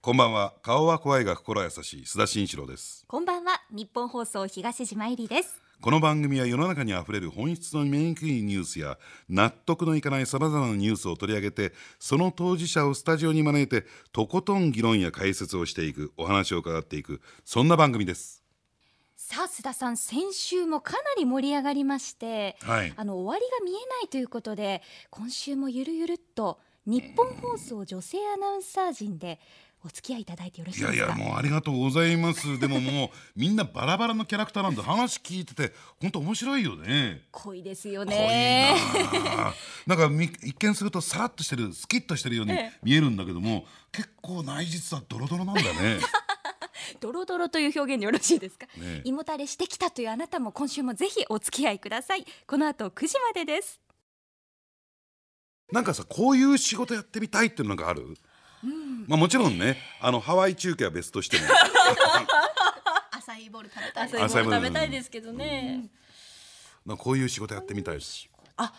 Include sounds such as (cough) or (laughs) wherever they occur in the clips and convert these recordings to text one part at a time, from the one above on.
こんばんは顔は怖いが心は優しい須田慎一郎ですこんばんは日本放送東島入りですこの番組は世の中にあふれる本質の見えにくいニュースや納得のいかないさまざまなニュースを取り上げてその当事者をスタジオに招いてとことん議論や解説をしていくお話を伺っていくそんな番組ですさあ須田さん先週もかなり盛り上がりまして、はいあの終わりが見えないということで今週もゆるゆるっと日本放送女性アナウンサー陣でお付き合いいただいてよろしいいですやかいやもうありがとうございますでももうみんなバラバラのキャラクターなんで話聞いてて本当面白いよね恋ですよ濃いなねあ (laughs) なんかみ一見するとさらっとしてるスキッとしてるように見えるんだけども結構内実はドロドロなん (laughs) だね (laughs) ドロドロという表現でよろしいですか、ねえ胃もたれしてきたというあなたも今週もぜひお付き合いくださいこの後9時までですなんかさこういう仕事やってみたいっていうのなんかある、まあもちろんねあのハワイ中継は別と (laughs) しても浅いボール食べたいイボウル食べたいですけどね、なんかこういう仕事やってみたいしあ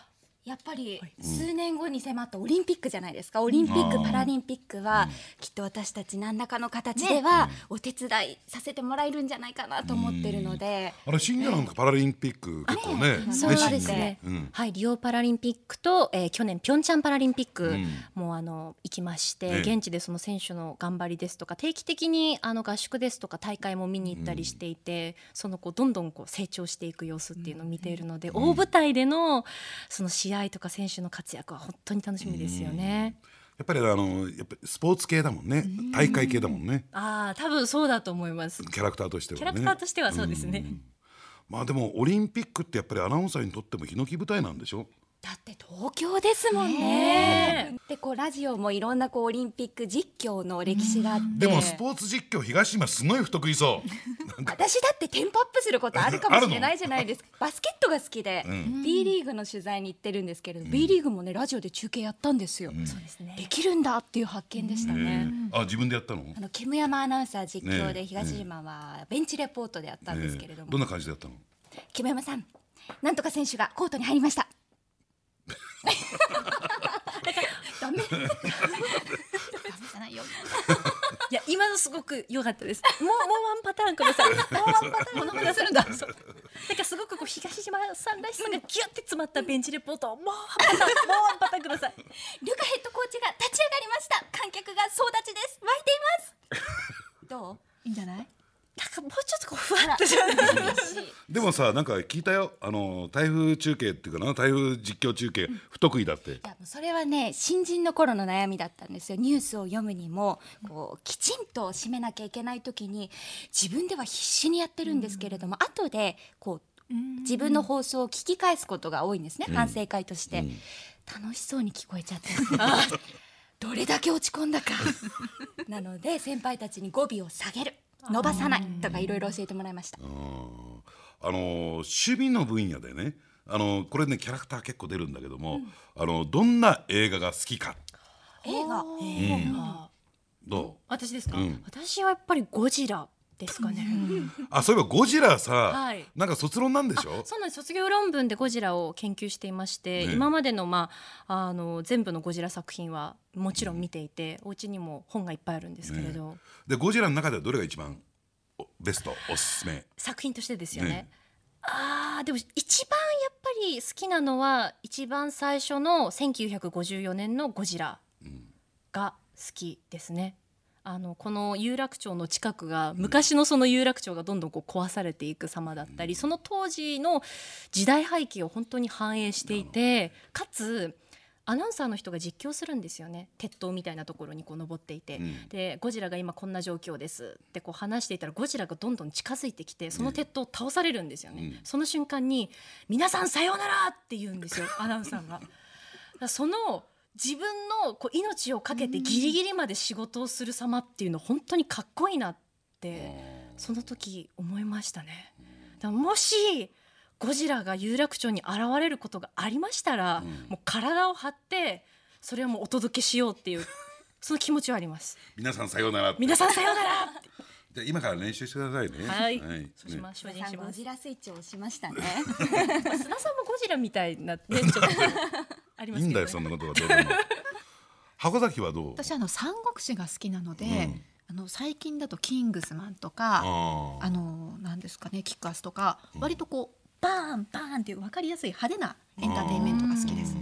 やっぱり数年後に迫ったオリンピックじゃないですかオリンピック・パラリンピックはきっと私たち何らかの形ではお手伝いさせてもらえるんじゃないかなと思ってるのであれ新庄なんかパラリンピック結構ねねそうです熱心にね、はいリオパラリンピックと、えー、去年平昌パラリンピックもあの行きまして、ええ現地でその選手の頑張りですとか定期的にあの合宿ですとか大会も見に行ったりしていて、そのこうどんどんこう成長していく様子っていうのを見ているので、大舞台でのその試合とか選手の活躍は本当に楽しみですよね。やっぱりあのやっぱりスポーツ系だもんね大会系だもんねああ多分そうだと思います。キャラクターとしてはキャねラクターとしてはそうですね。まあでもオリンピックってやっぱりアナウンサーにとってもヒノキ舞台なんでしょだって東京ですもんね。でこうラジオもいろんなこうオリンピック実況の歴史があってでもスポーツ実況東島すごい不得意そう私だってテンポアップすることあるかもしれないじゃないですかバスケットが好きで、うん B リーグの取材に行ってるんですけれど、B リーグもねラジオで中継やったんですよ、そうですねできるんだっていう発見でしたね、あ自分でやったのあの煙山アナウンサー実況ねえで東島はベンチレポートでやったんですけれどええどんも、な感じでやったの煙山さんなんとか選手がコートに入りました (laughs) ダメいや今のすごく良かったです。もうもうワンパターンください。もう (laughs) ワンパターンものするんだ。そうなんかすごくこう東島さんらしさがギュって詰まったベンチレポート。もうワンパターン、もうワンパターンください。ルカヘッドコーチが立ち上がりました観客が総立ちです湧いています (laughs) どういいんじゃないなんかもうちょっとこうふわっとしまでもさなんか聞いたよあの台風中継っていうかな台風実況中継、不得意だっていやもうそれはね新人の頃の悩みだったんですよニュースを読むにもこうきちんと締めなきゃいけない時に自分では必死にやってるんですけれども、後でこう自分の放送を聞き返すことが多いんですね、反省会として、楽しそうに聞こえちゃ (laughs) ってどれだけ落ち込んだかなので先輩たちに語尾を下げる伸ばさないとかいろいろ教えてもらいましたうんあの守備の分野でねあのこれねキャラクター結構出るんだけども、あのどんな映画が好きか映画うんど私ですか、うん私はやっぱりゴジラですかね。うあそういえばゴジラさ、はいなんか卒論なんでしょそうなんです卒業論文でゴジラを研究していまして、ね今までの,、まあ、あの全部のゴジラ作品はもちろん見ていて、お家にも本がいっぱいあるんですけれど、でゴジラの中ではどれが一番おベストおすすめ作品としてですよねね。ああでも一番やっぱり好きなのは一番最初の1954年の「ゴジラ」が好きですね。あのこの有楽町の近くが昔のその有楽町がどんどんこう壊されていく様だったりその当時の時代背景を本当に反映していてかつアナウンサーの人が実況するんですよね鉄塔みたいなところにこう登っていて、んでゴジラが今こんな状況ですってこう話していたらゴジラがどんどん近づいてきてその鉄塔を倒されるんですよね、うんその瞬間に「皆さんさようなら!」って言うんですよ (laughs) アナウンサーが。だからその自分のこう命をかけてギリギリまで仕事をする様っていうの本当にかっこいいなってその時思いましたね。だからもしゴジラが有楽町に現れることがありましたら、もう体を張ってそれはもうお届けしようっていうその気持ちはあります。皆さんさようなら皆さんさようなら。じゃあ今から練習してくださいねはいね。そうします。精進さんしゴます。ジラスイッチを押しましたね須田さんもゴジラみたいなね。ちょっとありまいいすんけだよどねそんなことはどうでも箱崎はどう私あの三国志が好きなので、あの最近だとキングスマンとかああのなんですかねキックアスとかうん割とこうバーンバーンっていう分かりやすい派手なエンターテインメントが好きです。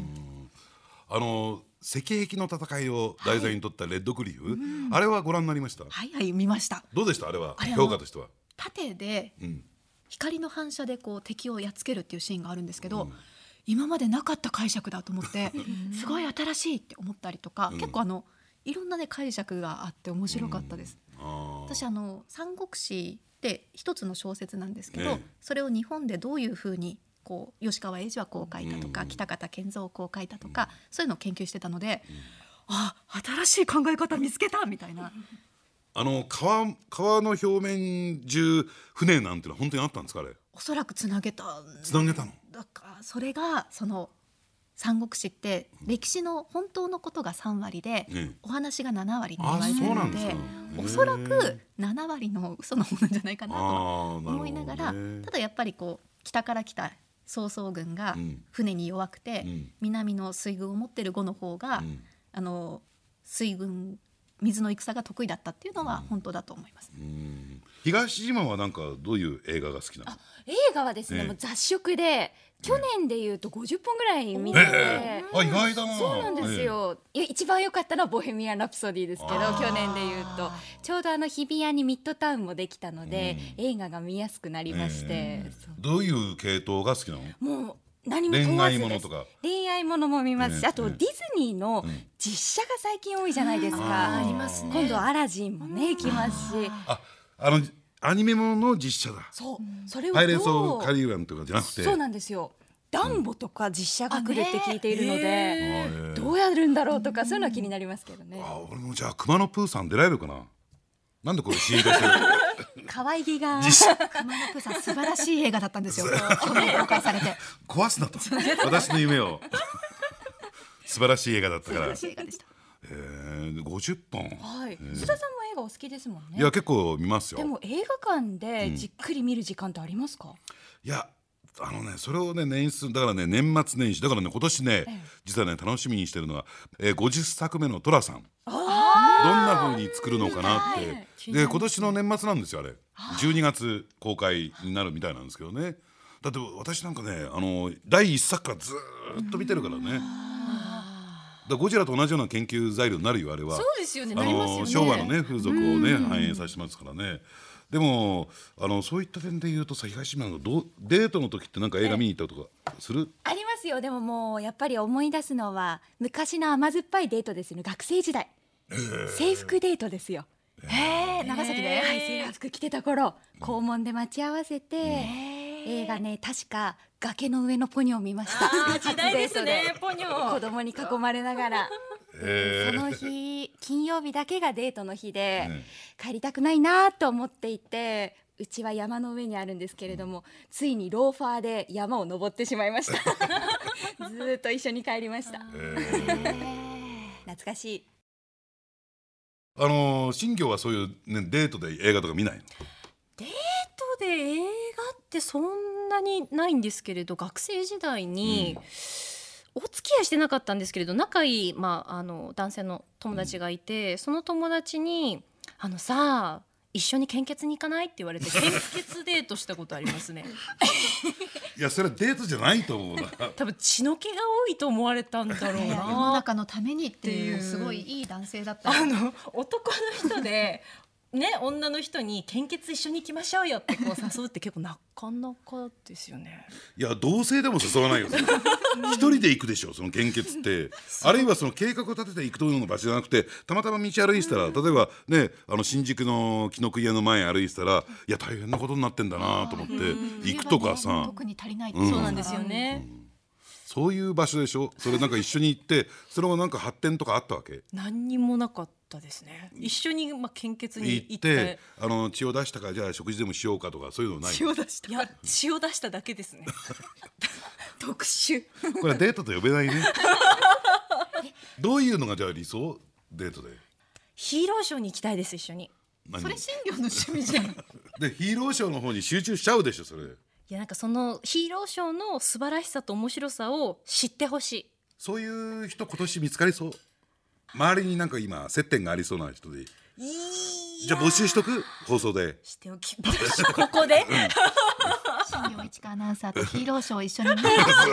あの石壁の戦いを題材にとったレッドクリフ、あれはご覧になりました、はいはい見ました。どうでしたあれはあれは評価としては、盾でうん、光の反射でこう敵をやっつけるっていうシーンがあるんですけど、うん今までなかった解釈だと思って (laughs) すごい新しいって思ったりとか、うん結構あのいろんなね解釈があって面白かったです。あー私あの「三国志」って一つの小説なんですけど、ええそれを日本でどういうふうにこう吉川英治はこう書いたとか、うん北方健三はこう書いたとか、そういうのを研究してたので、あ新しい考え方見つけたみたいなあの川川の表面中船なんてのは本当にあったんですかあれおそらくつなげたんつなげたのだからそれがその三国志って歴史の本当のことが3割で、ええお話が7割って言あわれてそうるなんのでですかおそらへく7割の嘘の方なんじゃないかーなとはあーるほど思ねいながら、ただやっぱりこう北から来た曹操軍がうん船に弱くて、うん南の水軍を持ってる呉の方が、うんあの水軍水の戦が得意だったっていうのは本当だと思います。うん東島はなんかどういう映画が好きなの映画はですね、ええもう雑食で去年でいうと50本ぐらい見てて、ええあ意外だなそうなんです、よ、いや一番良かったのは「ボヘミアン・ラプソディ」ですけどあー去年でいうとちょうどあの日比谷にミッドタウンもできたので、映画が見やすくなえりえまして、ええそうどういう系統が好きなのもう何も問わず恋愛ですものとか恋愛ものも見ますし、ええあとええディズニーのうん実写が最近多いじゃないですあか、ーありますね今度アラジンもね、来ますしああのアニメものの実写だそうそれをパイレーツ・どオうブ・カリブランとかじゃなくてそうなんですよダンボとか実写が来るって聞いているので、あーええどうやるんだろうとかそういうのは気になりますけどねあ俺もじゃあ熊野プーさん出られるかななんでこれシードしてる可愛げが実写熊野プーさん素晴らしい映画だったん (laughs) ですよ。去年公開されて壊すなと私の夢を素晴らしい映画だった素か晴ららしい映画でした。えー、50本はい須田さんも映画お好きですもんねいや結構見ますよでも映画館でじっくり見る時間ってありますか、いやあのねそれをね年数だからね年末年始だからね今年ね、ええ実はね楽しみにしてるのは、えー、50作目の寅さんどんな風に作るのかなっ見たてで今年の年末なんですよあれ12月公開になるみたいなんですけどねだって私なんかねあの第一作からずーっと見てるからねだからゴジラと同じような研究材料になるよあれはそうですよねあなりますよのね昭和のね風俗をね反映させてますからねでもあのそういった点で言うとさ東島のどうデートの時ってなんか映画見に行ったりとかするありますよでももうやっぱり思い出すのは昔の甘酸っぱいデートですよね学生時代、制服デートですよえー長崎で、はい制服着てた頃校門で待ち合わせて、映画ね確か崖の上のポニョを見ました (laughs) 時代ですねポニョ子供に囲まれながらその日金曜日だけがデートの日で、え帰りたくないなと思っていてうちは山の上にあるんですけれども、ついにローファーで山を登ってしまいました (laughs) ずーっと一緒に帰りました懐かしいあの新業はそういう、ね、デートで映画とか見ないのとで映画ってそんなにないんですけれど学生時代に、お付き合いしてなかったんですけれど仲いい、まあ、あの男性の友達がいて、その友達に「あのさ一緒に献血に行かない?」って言われて献血デートしたことありますねいやそれはデートじゃないと思うな多分血の気が多いと思われたんだろういや世のな中のためにっていっていううすごいいい男性だったあよ。の男の人 (laughs) でね女の人に献血一緒に行きましょうよってこう誘うって結構なかなかですよねいや同性でも誘わないよそれ一人で行くでしょその献血ってあるいはその計画を立てて行くというの場所じゃなくてたまたま道歩いてたら、例えばねあの新宿の紀ノ国屋の前歩いてたらいや大変なことになってんだなと思って行くとかさ、冬はね特に足りないってうんこそとうだなからんですよね、そういう場所でしょそれなんか一緒に行ってそれもなんか発展とかあったわけ何にもなかったですね一緒に、まあ、献血に行行っっててあの血を出したからじゃあ食事でもしようかとかそういうのない血を出したいや血を出しただけですね特殊これはデートと呼べないねどういうのがじゃあ理想デートでヒーローショーに行きたいです一緒に何それ新業の趣 (laughs) 味じゃん。でヒーローショーの方に集中しちゃうでしょそれいやなんかそのヒーローショーの素晴らしさと面白さを知ってほしいそういう人今年見つかりそう周りになんか今接点がありそうな人でいいいじゃあ募集しとく放送でしておきましょうここで新庄一華アナウンサーとヒーローショーを一緒に見る姿を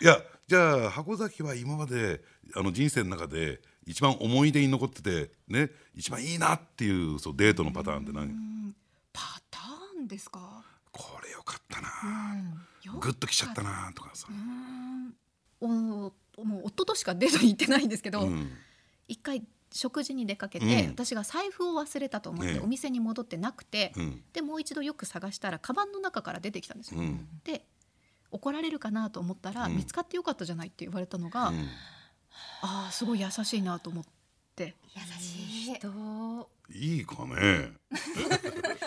いやじゃあ箱崎は今まであの人生の中で一番思い出に残っててね一番いいなっていうそうデートのパターンって何パターンですか。これよかったなグッときちゃったなとかさ、おもう夫としかデートに行ってないんですけうど、ん一回食事に出かけて、うん私が財布を忘れたと思っええてお店に戻ってなくて、うんでもう一度よく探したらカバンの中から出てきたんですうよ。んで怒られるかなと思ったら、うん見つかってよかったじゃないって言われたのが、うんああすごい優しいなと (laughs) 思って優しい人いいかねやっぱり怒られま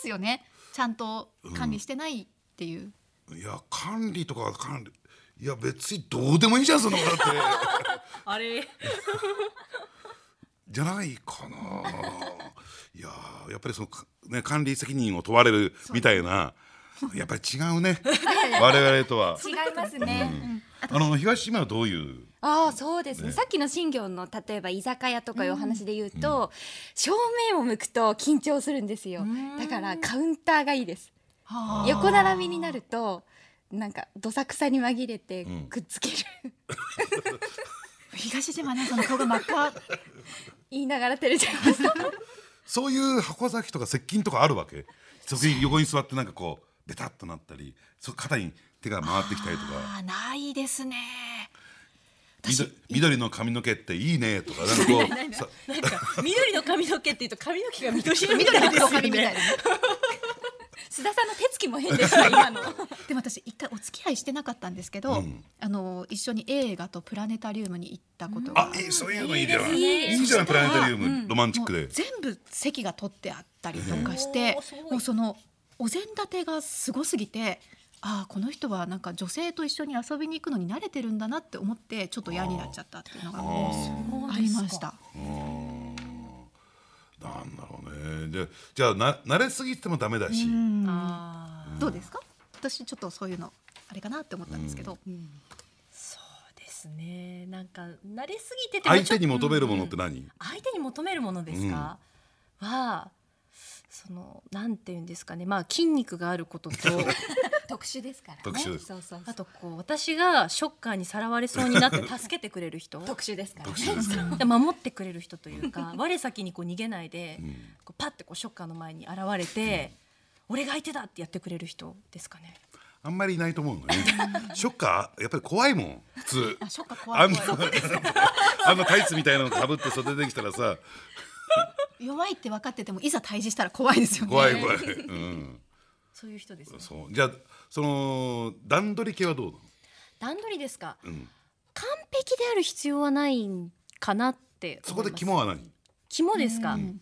すよねちゃんと管理してないっていう、いや管理とか管理いや別にどうでもいいじゃんそのだってあれじゃない (laughs) かないやーやっぱりその、かね、管理責任を問われるみたいなやっぱり違うね我々とは。違いますね、あの東島はどういうああそうですねねさっきの新業の例えば居酒屋とかいうお話で言うと、正面を向くと緊張するんですよだからカウンターがいいですはあ横並びになるとなんかどさくさに紛れてうんくっつける、 (laughs) 東島アナウンサーの顔が真っ赤言いながら照れちゃいましたそういう箱崎とか接近とかあるわけそこに横に座ってなんかこうベタっとなったりそう肩に手が回ってきたりとかあーないですね緑緑の髪の毛っていいねとかなんかこうさなんか緑の髪の毛って言うと髪の毛が緑色みた緑いのですよ黒髪みたいねな須田さんの手つきも変でした今のでも私一回お付き合いしてなかったんですけど、うんあの一緒に映画とプラネタリウムに行ったことが、あいいそういうのいいじゃないいいですねいいじゃないプラネタリウム、ロマンチッもクでう全部席が取ってあったりとかしてうんおーすごいもうそのお膳立てがすごすぎてああこの人はなんか女性と一緒に遊びに行くのに慣れてるんだなって思ってちょっと嫌になっちゃったっていうのがーありました。なんだろうねでじゃあな慣れすぎてもダメだし、あーどうですか私ちょっとそういうのあれかなって思ったんですけど、そうですねなんか慣れすぎててもちょ相手に求めるものって何、相手に求めるものですか、はそのなんていうんですかねまあ筋肉があることと (laughs) 特殊ですからね特殊ですそうそうそあうとこう私がショッカーにさらわれそうになって助けてくれ (laughs) る人特殊ですからね特殊ですね (laughs) で守ってくれる人というか我先にこう逃げないで、んこうパッてこうショッカーの前に現れて、俺が相手だってやってくれる人ですかね。あんまりいないと思うのねショッカーやっぱり怖いもん普通あショッカー怖あいんな怖いあんなタイツみたいなのかぶって袖出てきたらさ弱いって分かっててもいざ対峙したら怖いですよね怖い怖い、うん、そういう人です、ね。そうじゃあその段取り系はどう段取りですか。なの、うん、完璧である必要はないんかなってそこで思います肝は何肝ですか、うん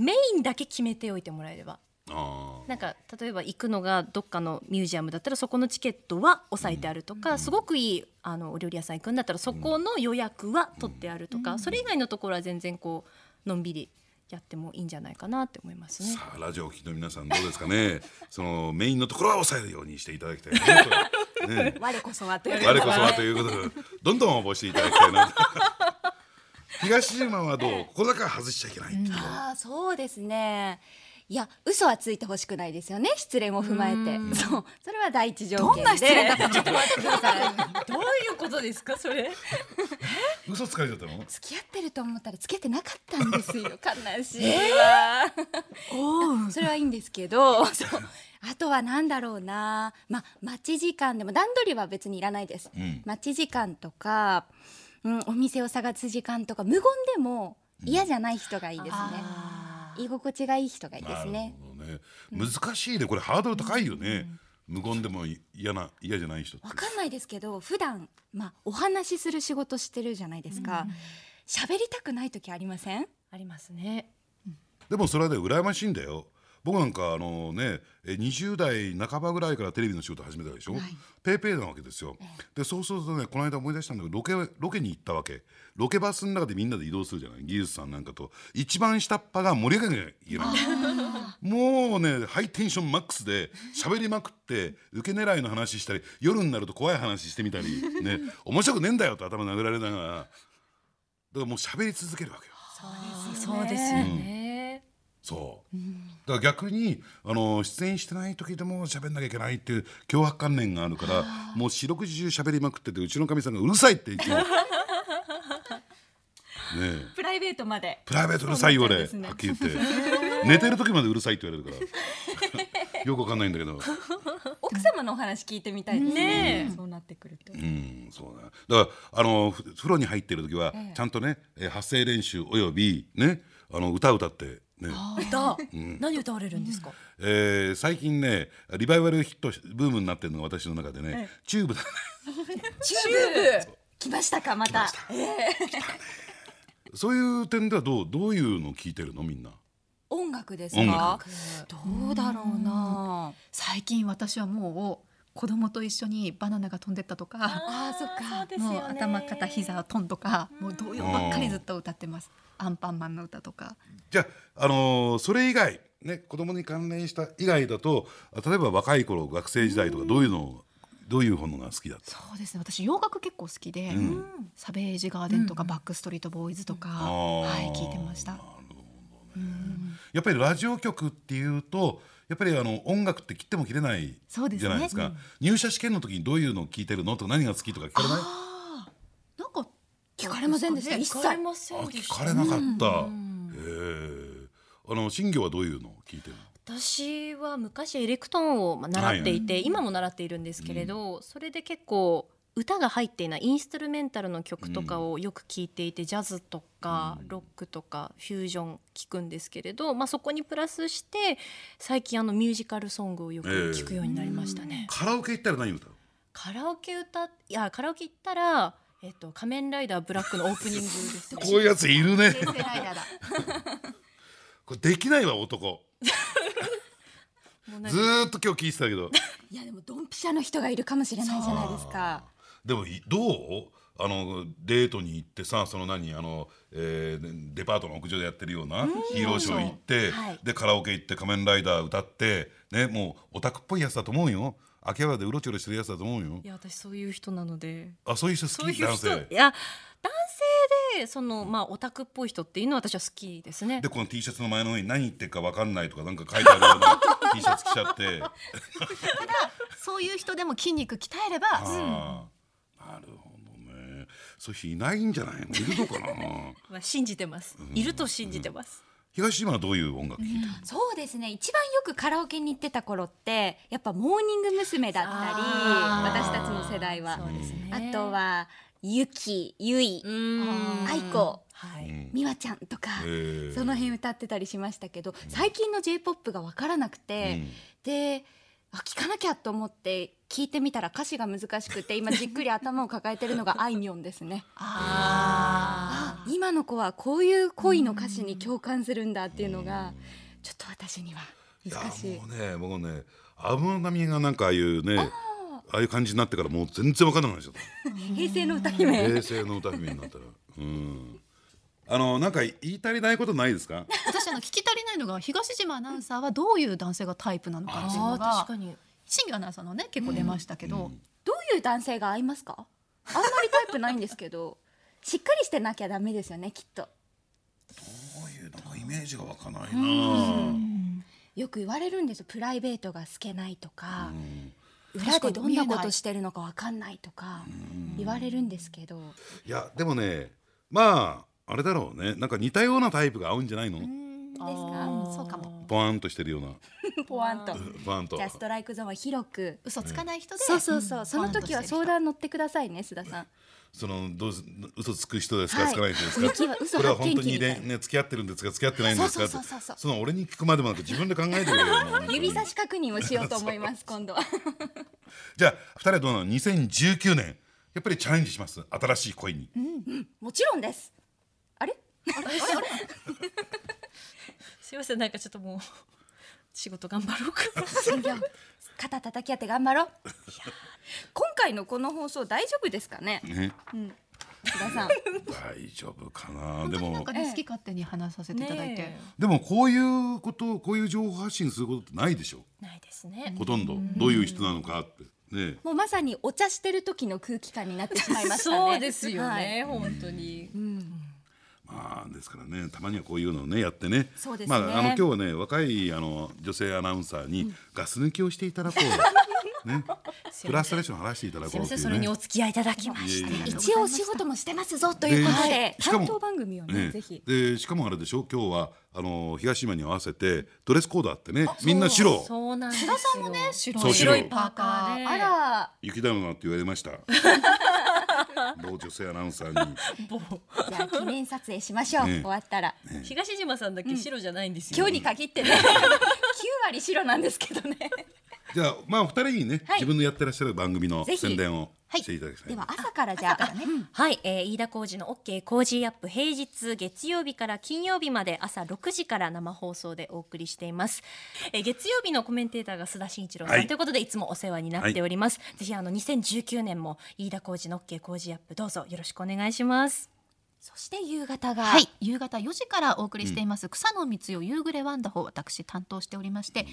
メインだけ決めておいてもらえればあーなんか例えば行くのがどっかのミュージアムだったらそこのチケットは押さえてあるとか、すごくいいあのお料理屋さん行くんだったらそこの予約は取ってあるとか、それ以外のところは全然こうのんびりやってもいいんじゃないかなって思いますね。さあラジオを聴きの皆さんどうですかねそのメインのところは抑えるようにしていただきたいな (laughs) と、ね、 (laughs) 我こそはという我こそはということでどんどん応募していただきたいな (laughs) 東島はどうここだけは外しちゃいけないっていうああそうですねいや嘘はついてほしくないですよね失礼も踏まえてそうそれは第一条件でどんな失礼だった (laughs) のちょっと待ってくださいどういうことですかそれ嘘つかれちゃったの付き合ってると思ったら付き合ってなかったんですよ (laughs) 悲しいわ、 (laughs) それはいいんですけどそうあとは何だろうなまあ待ち時間でも段取りは別にいらないです、うん待ち時間とか、うん、お店を探す時間とか無言でも嫌じゃない人がいいですね、居心地がいい人がいいですねなるほどね難しいねこれハードル高いよね、無言でも嫌な嫌じゃない人ってわかんないですけど普段まあお話しする仕事してるじゃないですか喋、りたくない時ありませんありますね。でもそれはね羨ましいんだよ僕なんかあのねえ20代半ばぐらいからテレビの仕事始めたでしょ、ペーペーなわけですよでそうするとねこの間思い出したんだけどロケロケに行ったわけロケバスの中でみんなで移動するじゃない技術さんなんかと一番下っ端が盛り上げなきゃいけないもうねハイテンションマックスで喋りまくって受け狙いの話したり夜になると怖い話してみたりね面白くねえんだよと頭殴られながらだからもう喋り続けるわけよあーそそううでですすよよねね。そうだから逆にあの出演してない時でも喋んなきゃいけないっていう脅迫観念があるからもう四六時中喋りまくっててうちのかみさんが「うるさい!」って (laughs) 言ってねえプライベートまでプライベートうるさいよ俺、そうなはっっきり言って寝てる時までうるさいって言われるから (laughs) よくわかんないんだけど奥様のお話聞いてみたいですねそうなってくるとうんそうだだからあのふ風呂に入ってる時はちゃんとね、えー発声練習およびねあの歌歌ってね歌、何歌われるんですか。えー最近ねリバイバルヒットブームになってるのが私の中でね、チューブだね (laughs) チューブ来ましたかまたそういう点ではどうどういうのを聞いてるのみんな音楽です音か楽どうだろうな最近私はもう子供と一緒にバナナが飛んでったとかあーそっかもう頭肩膝トンとかもう童謡ばっかりずっと歌ってますアンパンマンの歌とかじゃあ、あのーそれ以外ね子供に関連した以外だと例えば若い頃学生時代とかどういうのをどういう本のが好きだったそうですね私洋楽結構好きで、うんサベージガーデンとか、バックストリートボーイズとか、はいあー聞いてましたなるほどねやっぱりラジオ局っていうとやっぱりあの音楽って切っても切れないそうですねじゃないですか入社試験の時にどういうのを聞いてるのとか何が好きとか聞かれないあーなんか聞かれませんでしたそう一です切聞かれませあんでし聞たかれなかったへえあの新業はどういうのを聞いてるの私は昔エレクトーンをまあ習っていて、今も習っているんですけれど、それで結構歌が入っていないインストゥルメンタルの曲とかをよく聞いていて、ジャズとかうんロックとかフュージョン聞くんですけれど、まあ、そこにプラスして最近あのミュージカルソングをよく聞くようになりましたね。カラオケ行ったら何歌うカラオケ歌いやカラオケ行ったら、えっと、仮面ライダーブラックのオープニングですねこういうやついるね平成ライダーだこれできないわ男もうなんずかーっと今日聞いてたけどいやでもドンピシャの人がいるかもしれないじゃないですかでもいどうあのデートに行ってさその何あの、えーデパートの屋上でやってるようなヒーローショー行って、はいでカラオケ行って「仮面ライダー」歌ってねもうオタクっぽいやつだと思うよ秋葉原でうろちょろしてるやつだと思うよいや私そういう人なのであそういう人そ好ういうき人男性 (laughs) いや男性でそのまあオタクっぽい人っていうのは私は好きですねでこの T シャツの前の上に何言ってるか分かんないとかなんか書いてあるような T シャツ着ちゃってただそういう人でも筋肉鍛えればあーなるほどねそういう人いないんじゃないのいるのかな (laughs) まあ信じてますいると信じてます東島はどういう音楽聴いてるのそうですね一番よくカラオケに行ってた頃ってやっぱモーニング娘。だったり私たちの世代はそうですねあとはゆきゆいうん愛子はういん美和ちゃんとかへーその辺歌ってたりしましたけど最近の j p o p が分からなくうてんであ聞かなきゃと思って聞いてみたら歌詞が難しくて今じっくり頭を抱えてるのがあいみょんですね。ああ今の子はこういう恋の歌詞に共感するんだっていうのがちょっと私にはいや難しいも。うね僕ね安室奈美恵がなんかああいうねああいう感じになってからもう全然わかんなくなっちゃ (laughs) った平成の歌姫。平成の歌姫になったらうんあのなんか言い足りないことないですか私あの聞き足りないのが東島アナウンサーはどういう男性がタイプなのかっていうのあーが確かに新庄アナウンサーのね結構出ましたけど、どういう男性が合いますかあんまりタイプないんですけ (laughs) どしっかりしてなきゃダメですよねきっとこういうなんかイメージがわかないなよく言われるんですよプライベートが透けないとか、うん裏でどんなことしてるのかわかんないとか言われるんですけど、いやでもねまああれだろうねなんか似たようなタイプが合うんじゃないのですあかーそうかもポワンとしてるようなポワンとポワンとじゃあストライクゾーンは広く嘘つかない人で、そうそうそう、その時は相だ談乗ってくださいね須田さんそのどうす嘘つく人ですか、はいつかない人ですか浮気は嘘これは発見本当に器みたいなねね付き合ってるんですか付き合ってないんですかってそうそうそうそうその俺に聞くまでもなく自分で考えてくれよ本当に指差し確認をしようと思います今度はじゃあ二人はどうなの2019年やっぱりチャレンジします新しい恋にもちろんですあれすいませんなんかちょっともう仕事頑張ろうか信玄肩叩き合って頑張ろう今回のこの放送大丈夫ですかねね須田さん大丈夫かな本で当になもんかね好き勝手に話させていただいて、ねでもこういうことこういう情報発信することってないでしょえないですねほとんどどういう人なのかってねもうまさにお茶してる時の空気感になってしまいましたねそうですよはいね本当にまあですからねたまにはこういうのをねやってねそうですまねあ、あの今日はね若いあの女性アナウンサーにガス抜きをしていただこう、ね、フラストレーションを晴らしていただすこいうまってせんいそうれねにお付き合いいただきましいえいえいえ一応お仕事もしてますぞということででしかも担当番組をねねぜひでしかもあれでしょ今日はあの東島に合わせてドレスコードあってねみんな白たそうなんですよ田さんもね白そうい白いパーカーであら雪だるまって言われました某女性アナウンサーにじゃあ記念撮影しましょうね終わったら東島さんだけ白じゃないんですよ、今日に限って (laughs) ね9割白なんですけど (laughs) ねじゃあまあお二人にね、はい自分のやってらっしゃる番組のぜひ宣伝をはいしていただきたい、では朝からじゃあうんはい、えー、飯田浩二の OK 工事アップ平日月曜日から金曜日まで朝6時から生放送でお送りしています、えー、月曜日のコメンテーターが須田慎一郎さん、はいということでいつもお世話になっております、ぜひあの2019年も飯田浩二の OK 工事アップどうぞよろしくお願いしますそして夕方がはい、夕方4時からお送りしています、草野光代夕暮れワンダホー私担当しておりまして、えー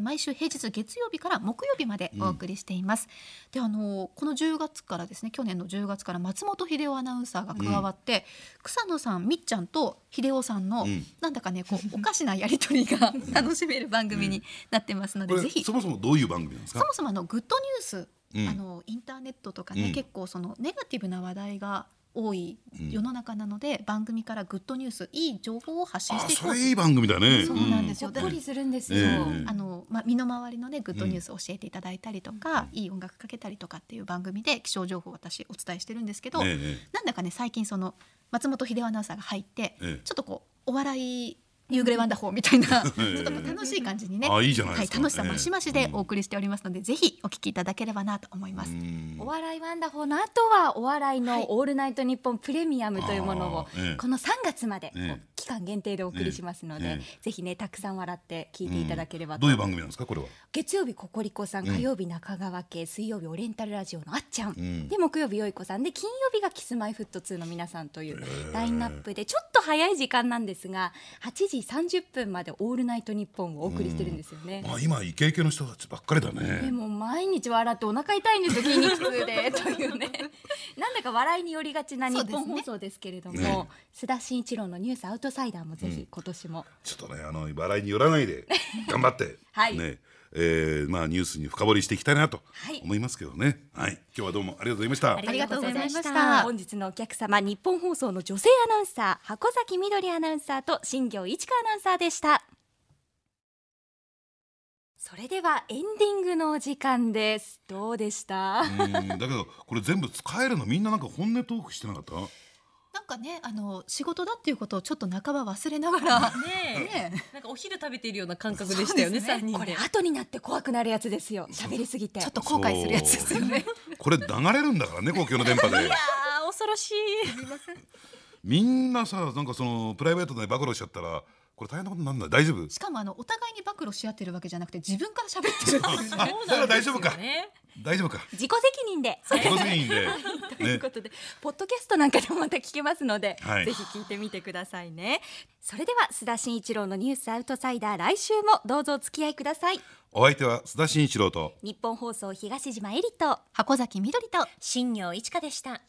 毎週平日月曜日から木曜日までお送りしています、であのーこの10月からですね去年の10月から松本秀夫アナウンサーが加わって、草野さんみっちゃんと秀夫さんの、うんなんだかねこうおかしなやりとりが (laughs) 楽しめる番組になってますので、こぜれひそもそもどういう番組なんですかそもそもあのグッドニュース、うんあのインターネットとかうね、ん結構そのネガティブな話題が多いうん世の中なので、番組からグッドニュースいい情報を発信あしていそこうれいい番組だねそうなんですようほっこりするんですえよえあのまあ、身の回りのねグッドニュースを教えていただいたりとか、いい音楽かけたりとかっていう番組で気象情報を私お伝えしてるんですけど、えええなんだかね最近その松本秀夫アナウンサーが入って、ええちょっとこうお笑い夕暮れワンダホーみたいなちょっ (laughs) えとまあ楽しい感じにね、あいいじゃないですかは楽しさ増し増しでお送りしておりますので、ぜひお聞きいただければなと思います。うんお笑いワンダホーの後はお笑いの「オールナイトニッポンプレミアム」というものあをーええこの3月までええ期間限定でお送りしますのえでえぜひねたくさん笑って聞いていただければうんとどういう番組なんですかこれは月曜日ココリコさんうん火曜日中川家水曜日オレンタルラジオのあっちゃん、んで木曜日よいこさんで金曜日がキスマイフット2の皆さんというラインナップでちょっと早い時間なんですが8時30分まで「オールナイトニッポン」をお送りしてるんですよね。まあ今イケイケの人たちばっかりだでねも毎日笑ってお腹痛いんですよ筋肉痛でという (laughs) ねなんだか笑いによりがちな日そう本ですね放送ですけれども、ね須田慎一郎の「ニュースアウトサイダー」もぜひ今年も、ちょっとねあの笑いによらないで頑張って、はいねえーまあニュースに深掘りしていきたいなとはい思いますけどねはい、今日はどうもありがとうございましたありがとうございましありがとうございましたた本日のお客様日本放送の女性アナウンサー箱崎みどりアナウンサーと新業一華アナウンサーでしたそれではエンディングのお時間ですどうでした、うんだけどこれ全部使えるのみんななんか本音トークしてなかったなんかねあの仕事だっていうことをちょっと半ば忘れなが (laughs) らねえねなんかお昼食べているような感覚でしたよねそうですね三人こでれ後になって怖くなるやつですよ喋りすぎてちょっと後悔するやつですよね。これ流れるんだからね公共の電波であー恐ろしいみんなさなんかそのプライベートで暴露しちゃったらこれ大変なことになるんだ大丈夫しかもあのお互いに暴露し合ってるわけじゃなくて自分から喋ってるっていうね (laughs) あだから大丈夫かそうなんですよね大丈夫か (laughs) 自己責任で自己責任で、 (laughs) ということで、ポッドキャストなんかでもまた聞けますので、はいぜひ聞いてみてくださいねそれでは須田慎一郎のニュースアウトサイダー来週もどうぞお付き合いくださいお相手は須田慎一郎と日本放送東島エリと箱崎みどりと新業一華でした